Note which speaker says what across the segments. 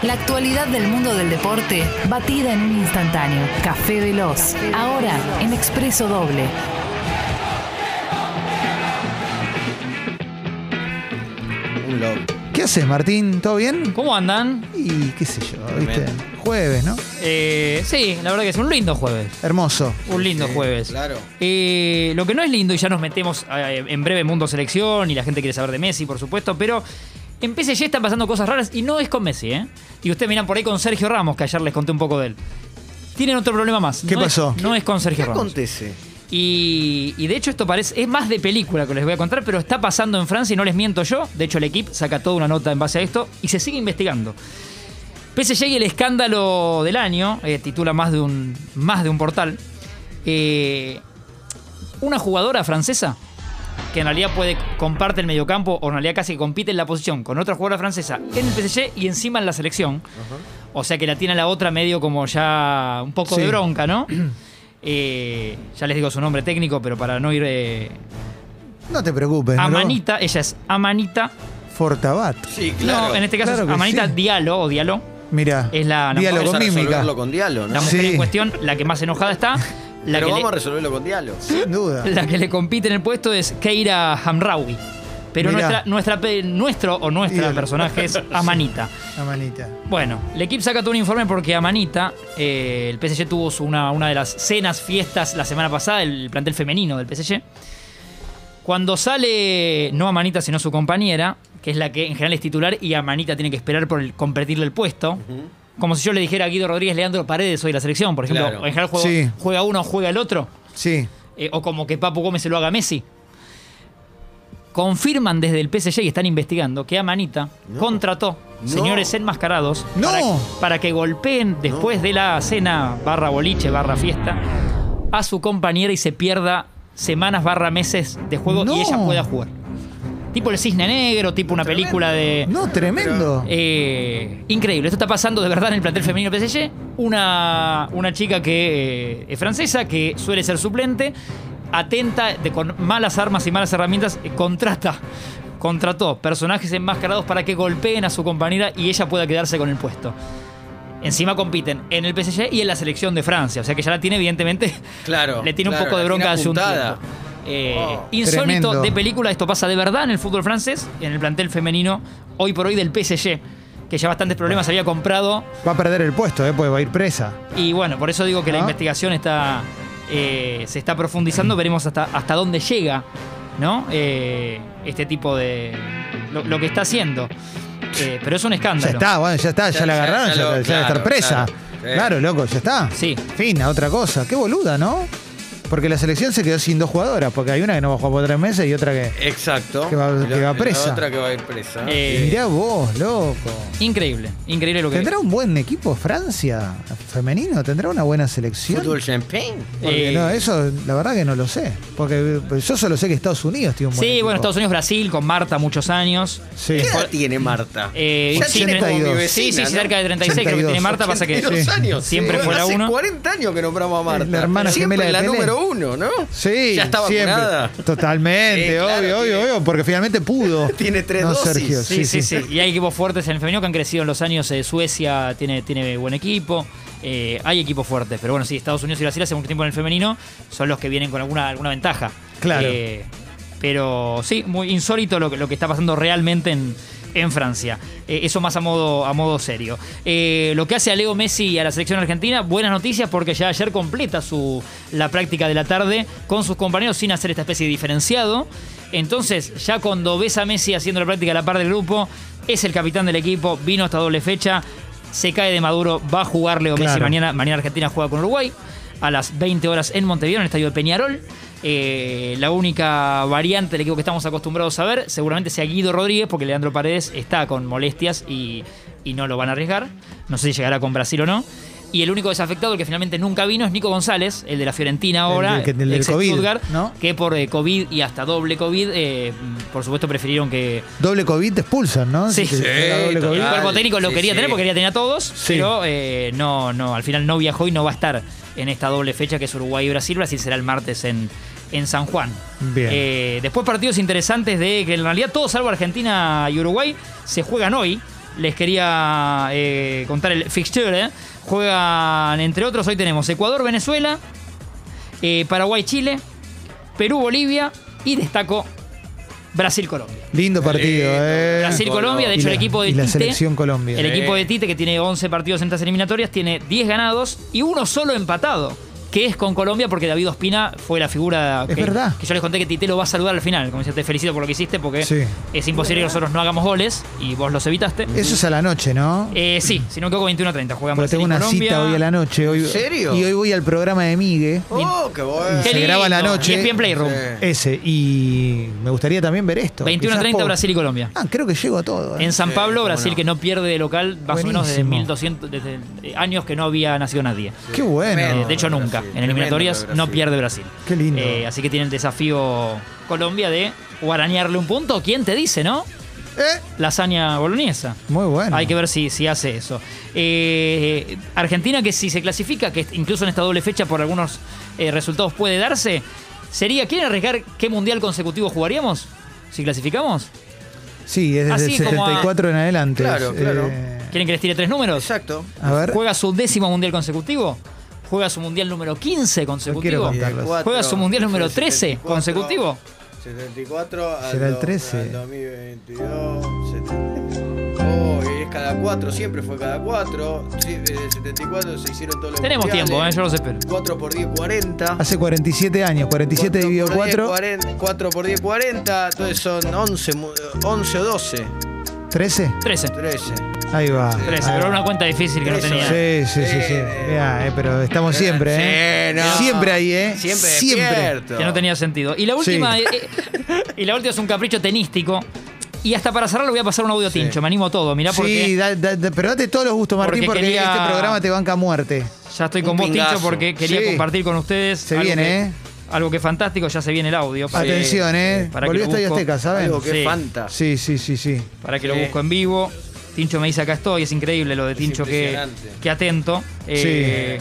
Speaker 1: La actualidad del mundo del deporte, batida en un instantáneo. Café Veloz, ahora en Expreso Doble.
Speaker 2: Un loco. ¿Qué haces, Martín? ¿Todo bien?
Speaker 3: ¿Cómo andan?
Speaker 2: Y qué sé yo, ¿viste?
Speaker 4: Tremendo.
Speaker 2: Jueves, ¿no?
Speaker 3: Eh, sí, la verdad que es un lindo jueves.
Speaker 2: Hermoso.
Speaker 3: Un lindo
Speaker 4: Sí,
Speaker 3: jueves.
Speaker 4: Claro.
Speaker 3: Eh, lo que no es lindo, y ya nos metemos eh, en breve Mundo Selección, y la gente quiere saber de Messi, por supuesto, pero en PSG están pasando cosas raras, y no es con Messi, ¿eh? Y ustedes miran por ahí con Sergio Ramos, que ayer les conté un poco de él. Tienen otro problema más.
Speaker 2: ¿Qué
Speaker 3: No es-
Speaker 2: pasó?
Speaker 3: no es con
Speaker 4: ¿Qué
Speaker 3: Sergio Ramos.
Speaker 4: acontece?
Speaker 3: Y, y de hecho esto parece, es más de película que les voy a contar, pero está pasando en Francia y no les miento yo. De hecho el equipo saca toda una nota en base a esto y se sigue investigando. PSG y el escándalo del año, eh, titula más de un, más de un portal. Eh, una jugadora francesa, que en realidad puede comparte el mediocampo o en realidad casi que compite en la posición con otra jugadora francesa en el PSG y encima en la selección. O sea que la tiene a la otra medio como ya un poco de
Speaker 2: Sí.
Speaker 3: bronca, ¿no? Eh, ya les digo su nombre técnico, pero para no ir... eh,
Speaker 2: No te preocupes. ¿no?
Speaker 3: Amanita, ella es Amanita.
Speaker 2: Fortabat.
Speaker 4: Sí,
Speaker 3: No, en este caso
Speaker 2: Claro
Speaker 3: es
Speaker 2: que
Speaker 3: Amanita
Speaker 2: sí.
Speaker 3: Diallo o Diallo.
Speaker 2: Mira.
Speaker 3: Es la- la
Speaker 2: Diálogo
Speaker 3: mujer-
Speaker 4: Vamos a
Speaker 2: con mímica.
Speaker 4: resolverlo con diálogo, ¿no?
Speaker 3: La mujer
Speaker 2: Sí.
Speaker 3: en cuestión, la que más enojada está. La
Speaker 4: Pero
Speaker 3: que le-
Speaker 4: vamos a resolverlo con diálogo.
Speaker 2: Sin duda.
Speaker 3: La que le compite en el puesto es Keira Hamraoui. Pero
Speaker 2: Mirá.
Speaker 3: nuestra, nuestra, pe- nuestro o nuestra
Speaker 2: Ídolo.
Speaker 3: personaje es Amanita.
Speaker 2: La manita.
Speaker 3: Bueno, el equipo saca todo un informe porque Amanita, eh, el PSG tuvo su- una, una de las cenas, fiestas la semana pasada, el plantel femenino del PSG. Cuando sale, no Amanita, sino su compañera, que es la que en general es titular y Amanita tiene que esperar por el, competirle el puesto. Como si yo le dijera a Guido Rodríguez, Leandro Paredes, hoy la selección, por ejemplo.
Speaker 4: Claro.
Speaker 3: En general juego-
Speaker 2: Sí.
Speaker 3: juega uno o juega el otro.
Speaker 2: Sí.
Speaker 3: Eh, o como que Papu Gómez se lo haga a Messi. Confirman desde el PSG y están investigando que Amanita contrató
Speaker 4: No.
Speaker 3: señores enmascarados
Speaker 2: No.
Speaker 3: para, para que golpeen después de la cena barra boliche barra fiesta a su compañera y se pierda semanas barra meses de juego
Speaker 2: No.
Speaker 3: y ella pueda jugar. Tipo el cisne negro, tipo una película de...
Speaker 2: No, tremendo.
Speaker 3: Eh, increíble, esto está pasando de verdad en el plantel femenino del PSG. Una, una chica que eh, es francesa, que suele ser suplente, atenta, de, con malas armas y malas herramientas, eh, contrata, contrató personajes enmascarados para que golpeen a su compañera y ella pueda quedarse con el puesto. Encima compiten en el PSG y en la selección de Francia, o sea que ya la tiene evidentemente
Speaker 4: Claro.
Speaker 3: le tiene un
Speaker 4: claro,
Speaker 3: poco de
Speaker 4: la
Speaker 3: bronca
Speaker 4: tiene
Speaker 3: hace un
Speaker 4: apuntada.
Speaker 3: tiempo. Eh,
Speaker 4: Oh,
Speaker 3: insólito
Speaker 2: tremendo.
Speaker 3: de película, esto pasa de verdad en el fútbol francés, en el plantel femenino, hoy por hoy del PSG, que ya bastantes problemas había comprado.
Speaker 2: Va a perder el puesto, ¿eh? Porque va a ir presa.
Speaker 3: Y bueno, por eso digo que la
Speaker 2: Ah.
Speaker 3: investigación está eh, se está profundizando, veremos hasta, hasta dónde llega ¿no? Eh, este tipo de. lo, lo que está haciendo. Eh, pero es un
Speaker 2: Ya
Speaker 3: escándalo.
Speaker 2: está, bueno, ya está, ya,
Speaker 4: Ya-
Speaker 2: la
Speaker 4: ya-
Speaker 2: agarraron, ya,
Speaker 4: ya lo-
Speaker 2: ya va a estar
Speaker 4: claro,
Speaker 2: presa.
Speaker 4: claro.
Speaker 2: Claro,
Speaker 4: Sí.
Speaker 2: loco, ya está.
Speaker 3: Sí.
Speaker 2: Fin, a otra cosa. Qué boluda, ¿no? Porque la selección se quedó sin dos jugadoras, porque hay una que no va a jugar por tres meses y otra que.
Speaker 4: Exacto.
Speaker 2: Que va-
Speaker 4: Y la-
Speaker 2: que va
Speaker 4: la
Speaker 2: presa.
Speaker 4: otra que va a ir presa.
Speaker 3: Eh,
Speaker 2: Mirá vos, loco.
Speaker 3: increíble, increíble lo que.
Speaker 2: ¿Tendrá un buen equipo Francia femenino? ¿Tendrá una buena selección?
Speaker 4: ¿Fútbol champagne?
Speaker 2: Porque
Speaker 3: Eh,
Speaker 2: no, eso la verdad que no lo sé. Porque eh, yo solo sé que Estados Unidos tiene un buen
Speaker 3: sí,
Speaker 2: equipo.
Speaker 3: bueno, Estados Unidos, Brasil, con Marta muchos años.
Speaker 2: Sí.
Speaker 4: ¿Qué edad tiene Marta?
Speaker 3: Eh,
Speaker 4: ya
Speaker 3: sí,
Speaker 4: tiene como mi
Speaker 2: 82.
Speaker 4: vecina,
Speaker 3: sí, sí,
Speaker 4: ¿no?
Speaker 3: cerca de 36 creo que
Speaker 2: 82.
Speaker 3: tiene Marta, pasa que
Speaker 4: 82
Speaker 2: Sí.
Speaker 4: años.
Speaker 3: Siempre
Speaker 4: Bueno,
Speaker 3: fue la
Speaker 4: hace
Speaker 3: uno.
Speaker 4: 40 años que nombramos a Marta.
Speaker 2: La hermana
Speaker 4: Siempre
Speaker 2: gemela de
Speaker 4: la
Speaker 2: Pelé.
Speaker 4: número uno, ¿no?
Speaker 2: Sí,
Speaker 4: Ya está
Speaker 2: siempre.
Speaker 4: vacunada.
Speaker 2: Totalmente,
Speaker 4: Sí, claro,
Speaker 2: obvio,
Speaker 4: tiene-
Speaker 2: obvio, obvio, porque finalmente pudo.
Speaker 4: Tiene tres
Speaker 2: no,
Speaker 4: dosis.
Speaker 2: Sergio,
Speaker 3: Sí, sí, sí, Y hay equipos fuertes en el femenino que han crecido en los años. eh, Suecia tiene, tiene buen equipo. Eh, hay equipos fuertes. Pero bueno, sí, Estados Unidos y Brasil hace mucho tiempo en el femenino. Son los que vienen con alguna, alguna ventaja.
Speaker 2: Claro.
Speaker 3: Eh, pero sí, muy insólito lo, que- lo que está pasando realmente en, en Francia. Eh, eso más a modo, a modo serio. Eh, lo que hace a Leo Messi y a la selección argentina, buenas noticias porque ya ayer completa su, la práctica de la tarde con sus compañeros sin hacer esta especie de diferenciado. Entonces, ya cuando ves a Messi haciendo la práctica a la par del grupo, es el capitán del equipo, vino hasta doble fecha, se cae de Maduro, va a jugar Leo Messi
Speaker 2: Claro.
Speaker 3: mañana. Mañana Argentina juega con Uruguay a las 20 horas en Montevideo, en el estadio de Peñarol. Eh, la única variante del equipo que estamos acostumbrados a ver seguramente sea Guido Rodríguez, porque Leandro Paredes está con molestias y, y no lo van a arriesgar. No sé si llegará con Brasil o no. Y el único desafectado, el que finalmente nunca vino, es Nico González, el de la Fiorentina ahora,
Speaker 2: del- que- del
Speaker 3: ex
Speaker 2: COVID,
Speaker 3: Stuttgart,
Speaker 2: ¿no?
Speaker 3: que por eh, COVID y hasta doble COVID, eh, por supuesto prefirieron que,
Speaker 2: Doble COVID te expulsan, ¿no?
Speaker 3: Sí.
Speaker 2: Si te llega
Speaker 4: Sí,
Speaker 2: doble
Speaker 4: total.
Speaker 2: COVID.
Speaker 3: el cuerpo técnico lo
Speaker 4: sí,
Speaker 3: quería
Speaker 4: sí.
Speaker 3: tener porque quería tener a todos,
Speaker 2: Sí.
Speaker 3: pero eh, no, no, al final no viajó y no va a estar en esta doble fecha que es Uruguay y Brasil. Brasil será el martes en, en San Juan.
Speaker 2: Bien.
Speaker 3: Eh, después partidos interesantes de que en realidad todos salvo Argentina y Uruguay se juegan hoy. les quería eh, contar el fixture. ¿eh? Juegan, entre otros, hoy tenemos Ecuador, Venezuela, eh, Paraguay, Chile, Perú, Bolivia y destaco Brasil, Colombia.
Speaker 2: Lindo partido,
Speaker 4: Lindo,
Speaker 2: eh.
Speaker 3: Brasil, Colombia, de hecho,
Speaker 2: Y
Speaker 3: el
Speaker 2: la-
Speaker 3: equipo de
Speaker 2: y la
Speaker 3: Tite-
Speaker 2: selección Colombia.
Speaker 3: El
Speaker 4: Sí.
Speaker 3: equipo de Tite, que tiene 11 partidos en estas eliminatorias, tiene 10 ganados y uno solo empatado, que es con Colombia, porque David Ospina fue la figura que,
Speaker 2: Es verdad.
Speaker 3: que yo les conté que Tite lo va a saludar al final. Como decía, te felicito por lo que hiciste, porque
Speaker 2: Sí.
Speaker 3: es imposible que nosotros no hagamos goles y vos los evitaste.
Speaker 2: Eso es a la noche, ¿no?
Speaker 3: Eh, sí, si no quedo 21-30, juegan
Speaker 2: Porque
Speaker 3: Brasil
Speaker 2: tengo
Speaker 3: y
Speaker 2: una
Speaker 3: Colombia.
Speaker 2: cita hoy a la noche. Hoy,
Speaker 4: ¿En serio?
Speaker 2: Y hoy voy al programa de Migue,
Speaker 4: Oh, qué bueno.
Speaker 2: se
Speaker 3: Qué
Speaker 2: graba a la
Speaker 3: lindo.
Speaker 2: noche.
Speaker 3: ESPN Playroom.
Speaker 4: Sí.
Speaker 2: ese. Y me gustaría también ver esto. Quizás
Speaker 3: 21-30
Speaker 2: por-
Speaker 3: Brasil y Colombia.
Speaker 2: Ah, creo que llego a todo. eh.
Speaker 3: En San
Speaker 4: Sí,
Speaker 3: Pablo,
Speaker 4: cómo
Speaker 3: Brasil
Speaker 4: no.
Speaker 3: que no pierde de local más o menos desde
Speaker 2: Buenísimo.
Speaker 3: 1200, desde eh, años que no había nacido nadie.
Speaker 2: Qué bueno.
Speaker 3: Eh,
Speaker 4: Tremendo.
Speaker 3: de hecho,
Speaker 4: Brasil,
Speaker 3: nunca. En
Speaker 4: tremendo
Speaker 3: eliminatorias
Speaker 4: lo de
Speaker 3: no
Speaker 4: Brasil.
Speaker 3: pierde Brasil.
Speaker 2: Qué lindo.
Speaker 3: Eh, así que tiene el desafío Colombia de guarañarle un punto. ¿Quién te dice, no?
Speaker 2: Eh,
Speaker 3: Lasaña boloñesa.
Speaker 2: Muy bueno.
Speaker 3: Hay que ver si, si hace eso. Eh, Argentina, que si se clasifica, que incluso en esta doble fecha por algunos eh, resultados puede darse, sería. ¿Quieren arriesgar qué mundial consecutivo jugaríamos? Si clasificamos.
Speaker 2: Sí, es desde
Speaker 3: Así
Speaker 2: el
Speaker 3: como a-
Speaker 2: 74 en adelante. Eh,
Speaker 4: Claro, claro.
Speaker 3: ¿Quieren que les tire tres números?
Speaker 4: Exacto.
Speaker 2: a ver,
Speaker 3: Juega su décimo mundial consecutivo. Juega su mundial número 15 consecutivo.
Speaker 2: contar. Carlos.
Speaker 4: Cuatro,
Speaker 3: Juega su mundial número 13
Speaker 4: 74,
Speaker 3: consecutivo.
Speaker 4: 74 al
Speaker 2: Será el
Speaker 4: do-
Speaker 2: 13.
Speaker 4: al 2022. 70. Oh, y es cada 4, siempre fue cada 4. Sí, eh, 74 se hicieron todos los
Speaker 3: Tenemos
Speaker 4: mundiales.
Speaker 3: tiempo, ¿eh? yo los espero.
Speaker 4: 4 por 10, 40.
Speaker 2: hace 47 años, 47 Ah, dividido 4,
Speaker 4: 4 por 10, 40. Entonces son 11, mu- 11 o 12.
Speaker 2: 13.
Speaker 3: 13.
Speaker 4: 13.
Speaker 2: Ahí va.
Speaker 3: 13,
Speaker 2: Ahí
Speaker 3: pero era
Speaker 2: va.
Speaker 3: una cuenta difícil que no
Speaker 4: Eso,
Speaker 3: tenía.
Speaker 2: Sí, sí, sí, sí.
Speaker 4: Eh,
Speaker 2: Mirá, eh, pero estamos siempre, ¿eh?
Speaker 4: Sí, no.
Speaker 2: Siempre ahí, ¿eh?
Speaker 4: Siempre.
Speaker 2: Siempre.
Speaker 4: despierto.
Speaker 3: Que no tenía sentido. Y la última, eh, eh, y la última es un capricho tenístico. Y hasta para cerrar le voy a pasar un audio tincho, me animo a todo, mirá porque
Speaker 2: Sí, da- da- da- pero date todos los gustos, Martín,
Speaker 3: Porque
Speaker 2: porque,
Speaker 3: quería-
Speaker 2: este programa te banca a muerte.
Speaker 3: ya estoy con
Speaker 4: Un
Speaker 3: vos, Tincho,
Speaker 4: pingazo.
Speaker 3: porque quería
Speaker 2: Sí.
Speaker 3: compartir con ustedes.
Speaker 2: Se
Speaker 3: algo
Speaker 2: viene,
Speaker 3: que-
Speaker 2: ¿eh?
Speaker 3: Algo que es fantástico, ya se viene el audio. Para,
Speaker 2: Atención, ¿eh?
Speaker 3: Para que
Speaker 2: Volvió
Speaker 3: lo
Speaker 2: Estadio
Speaker 3: busco.
Speaker 2: Azteca, ¿saben?
Speaker 4: Algo que
Speaker 3: Sí.
Speaker 4: es fanta.
Speaker 2: Sí, sí, sí, sí.
Speaker 3: para que lo
Speaker 4: Sí.
Speaker 3: busco en vivo. Tincho me dice acá estoy, es increíble lo de Tincho, que,
Speaker 4: impresionante.
Speaker 3: que atento. Eh,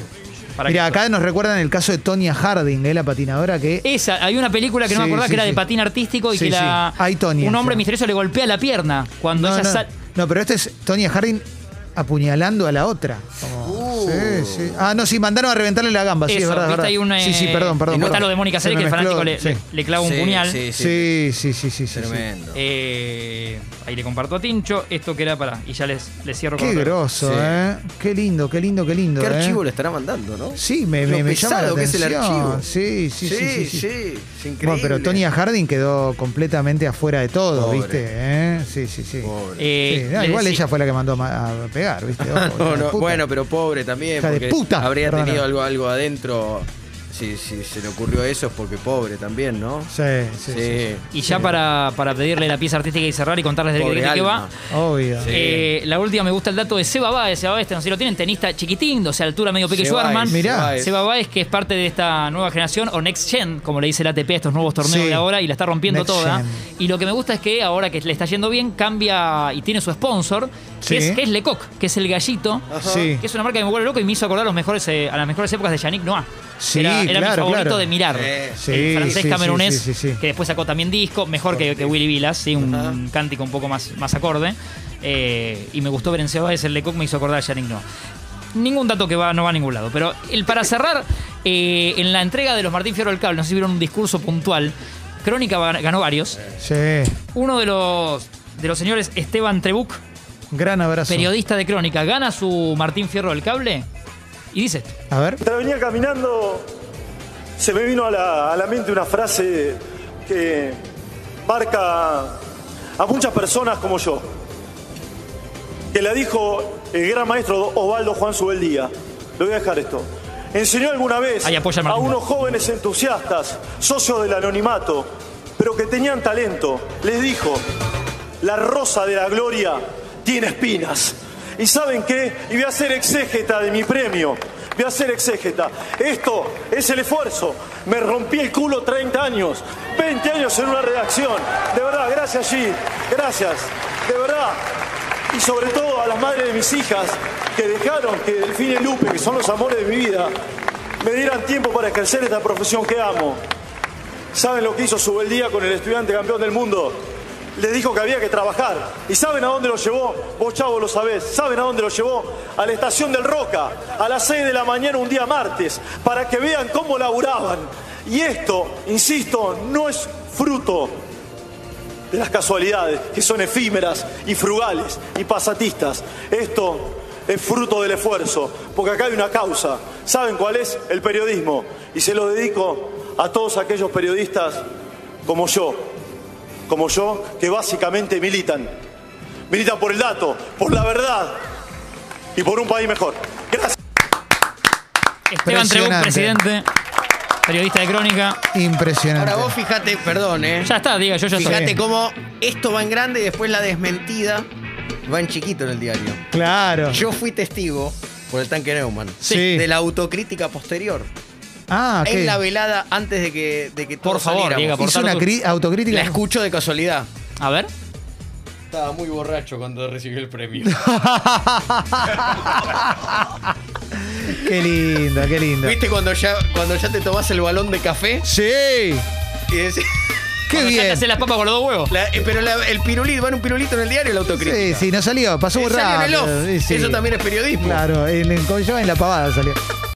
Speaker 3: para que-
Speaker 2: Mira, acá nos recuerdan el caso de Tonya Harding, ¿eh? la patinadora que.
Speaker 3: Esa, hay una película que no me
Speaker 2: Sí,
Speaker 3: acordaba
Speaker 2: sí,
Speaker 3: que era de
Speaker 2: sí.
Speaker 3: patín artístico y
Speaker 2: Sí,
Speaker 3: que la,
Speaker 2: sí. Hay Tony,
Speaker 3: un hombre
Speaker 2: esa.
Speaker 3: misterioso le golpea la pierna cuando
Speaker 2: no,
Speaker 3: ella
Speaker 2: no,
Speaker 3: sal-
Speaker 2: no, pero este es Tonya Harding apuñalando a la otra. Como-
Speaker 4: Uh.
Speaker 2: Sí, sí. Ah, no, sí, mandaron a reventarle la gamba, Ah, sí,
Speaker 3: Eso,
Speaker 2: es verdad. es
Speaker 3: viste,
Speaker 2: verdad.
Speaker 3: hay un, eh,
Speaker 2: sí, sí, perdón, perdón.
Speaker 3: Está
Speaker 2: perdón.
Speaker 3: lo de Mónica
Speaker 2: Se
Speaker 3: Seles, que el
Speaker 2: me mezcló,
Speaker 3: fanático le,
Speaker 2: sí.
Speaker 3: le- le clava un puñal.
Speaker 4: Sí, sí.
Speaker 2: Sí, sí, sí, sí, sí. sí.
Speaker 4: Tremendo.
Speaker 3: Eh, ahí le comparto a Tincho. Esto que era para. Y ya les, les cierro con
Speaker 2: Qué
Speaker 3: otro.
Speaker 2: groso,
Speaker 4: Sí.
Speaker 2: ¿eh? Qué lindo, qué lindo, qué lindo.
Speaker 4: ¿Qué
Speaker 2: eh.
Speaker 4: archivo le estará mandando, no?
Speaker 2: Sí, me,
Speaker 4: Lo
Speaker 2: me, me llama la
Speaker 4: pesado que es el
Speaker 2: atención.
Speaker 4: archivo.
Speaker 2: Sí, sí, sí. sí, sí.
Speaker 4: es increíble.
Speaker 2: Bueno, pero Tonya Harding quedó completamente afuera de todo,
Speaker 4: Pobre.
Speaker 2: ¿viste? ¿Eh? Sí, sí, sí.
Speaker 4: Pobre.
Speaker 3: Eh,
Speaker 2: Sí, no,
Speaker 3: les
Speaker 2: igual
Speaker 3: decí-
Speaker 2: ella fue la que mandó a ma- a pegar, ¿viste? Ojo, hija
Speaker 4: No,
Speaker 2: de
Speaker 4: no,
Speaker 2: puta.
Speaker 4: bueno, pero pobre también.
Speaker 2: Hija de
Speaker 4: porque
Speaker 2: puta.
Speaker 4: Habría
Speaker 2: Perdona.
Speaker 4: tenido algo, algo adentro. Si, si se le ocurrió eso es porque pobre también, ¿no?
Speaker 2: Sí, sí, sí. sí.
Speaker 3: Y ya para, para pedirle la pieza artística y cerrar y contarles de,
Speaker 4: Pobre
Speaker 3: de qué va.
Speaker 4: alma.
Speaker 2: Obvio.
Speaker 4: Sí.
Speaker 3: Eh, la última me gusta el dato de Seba Báez. Seba Báez, este no sé si lo tienen, tenista chiquitín, o sea, altura medio pequeño
Speaker 4: Sebáez,
Speaker 3: Schwarman.
Speaker 2: Mirá.
Speaker 4: Sebáez.
Speaker 3: Seba Báez, que es parte de esta nueva generación, o Next Gen, como le dice el ATP a estos nuevos torneos
Speaker 2: Sí.
Speaker 3: de ahora, y la está rompiendo
Speaker 2: Next
Speaker 3: toda.
Speaker 2: Gen.
Speaker 3: Y lo que me gusta es que ahora que le está yendo bien, cambia y tiene su sponsor,
Speaker 2: Sí.
Speaker 3: que, es, que es Lecoq, que es el gallito,
Speaker 2: Sí.
Speaker 3: que es una marca que me vuelve loco y me hizo acordar los mejores, eh, a las mejores épocas de Yannick Noah.
Speaker 2: Sí,
Speaker 3: era era mi
Speaker 2: claro,
Speaker 3: favorito
Speaker 2: claro.
Speaker 3: de mirar.
Speaker 2: Sí,
Speaker 3: el francés
Speaker 2: sí,
Speaker 3: camerunés,
Speaker 2: sí, sí, sí.
Speaker 3: Eh, que después sacó también disco, mejor que, que Willy Vilas, sí, un cántico un poco más, más acorde. Eh, y me gustó ver en Sebades el Lecoq, me hizo acordar a Yannick Noah. Ningún dato que va, no va a ningún lado. Pero el, para cerrar, eh, en la entrega de los Martín Fierro del Cable, no sé si vieron un discurso puntual. Crónica va- ganó varios.
Speaker 2: Sí.
Speaker 3: Uno de los, de los señores, Esteban Trebuc,
Speaker 2: Gran abrazo.
Speaker 3: periodista de Crónica, gana su Martín Fierro del Cable y dice esto.
Speaker 2: A ver.
Speaker 5: Mientras venía caminando, se me vino a la, a la mente una frase que marca a muchas personas como yo, que la dijo el gran maestro Osvaldo Juan Subeldía. Le voy a dejar esto. Enseñó alguna vez
Speaker 3: Ahí apoya
Speaker 5: a
Speaker 3: Martín.
Speaker 5: unos jóvenes entusiastas, socios del anonimato, pero que tenían talento. Les dijo, la rosa de la gloria tiene espinas. ¿Y saben qué? Y voy a ser exégeta de mi premio. Voy a ser exégeta. Esto es el esfuerzo. Me rompí el culo 30 años, 20 años en una redacción. De verdad, gracias G. Gracias. De verdad. Y sobre todo a las madres de mis hijas que dejaron que Delfín y Lupe, que son los amores de mi vida, me dieran tiempo para ejercer esta profesión que amo. ¿Saben lo que hizo Subeldía con el estudiante campeón del mundo? les dijo que había que trabajar. ¿Y saben a dónde lo llevó? Vos, chavo, lo sabés. ¿Saben a dónde lo llevó? A la estación del Roca, a las 6 de la mañana un día martes, para que vean cómo laburaban. Y esto, insisto, no es fruto de las casualidades, que son efímeras y frugales y pasatistas. Esto es fruto del esfuerzo, porque acá hay una causa. ¿Saben cuál es? El periodismo. Y se lo dedico a todos aquellos periodistas como yo, como yo, que básicamente militan. Militan por el dato, por la verdad y por un país mejor. Gracias.
Speaker 3: Esteban Trebuk,
Speaker 2: Impresionante.
Speaker 3: presidente, periodista de crónica.
Speaker 2: Impresionante.
Speaker 4: Ahora vos fíjate, perdón, ¿eh?
Speaker 3: Ya está, diga, yo ya
Speaker 4: Fíjate
Speaker 3: sabía.
Speaker 4: cómo esto va en grande y después la desmentida va en chiquito en el diario.
Speaker 2: Claro.
Speaker 4: Yo fui testigo por el tanque Neumann
Speaker 2: Sí.
Speaker 4: de la autocrítica posterior.
Speaker 2: ah, ¿qué?
Speaker 4: En la velada antes de que, de que
Speaker 3: Por
Speaker 4: todos
Speaker 3: favor,
Speaker 4: saliéramos.
Speaker 3: Diego, por
Speaker 2: Hizo una
Speaker 3: Cortando-
Speaker 2: cri- autocrítica.
Speaker 4: La escucho de casualidad.
Speaker 3: A ver.
Speaker 4: Estaba muy borracho cuando recibió el premio.
Speaker 2: Qué lindo, qué lindo.
Speaker 4: ¿Viste cuando ya, cuando ya te tomás el balón de café?
Speaker 2: Sí.
Speaker 4: Y decís-
Speaker 2: Qué
Speaker 3: Cuando ya te
Speaker 2: bien.
Speaker 3: hace las papas con los dos huevos.
Speaker 4: La- eh, pero la- el pirulito, van un pirulito en el diario y la
Speaker 2: Sí,
Speaker 4: autocrítica.
Speaker 2: sí, no salió, pasó
Speaker 4: Eh,
Speaker 2: muy
Speaker 4: salió en el
Speaker 2: rápido.
Speaker 4: off.
Speaker 2: Sí, sí.
Speaker 4: Eso también es periodismo.
Speaker 2: Claro, en, en, ¿cómo se llama? en la pavada salió.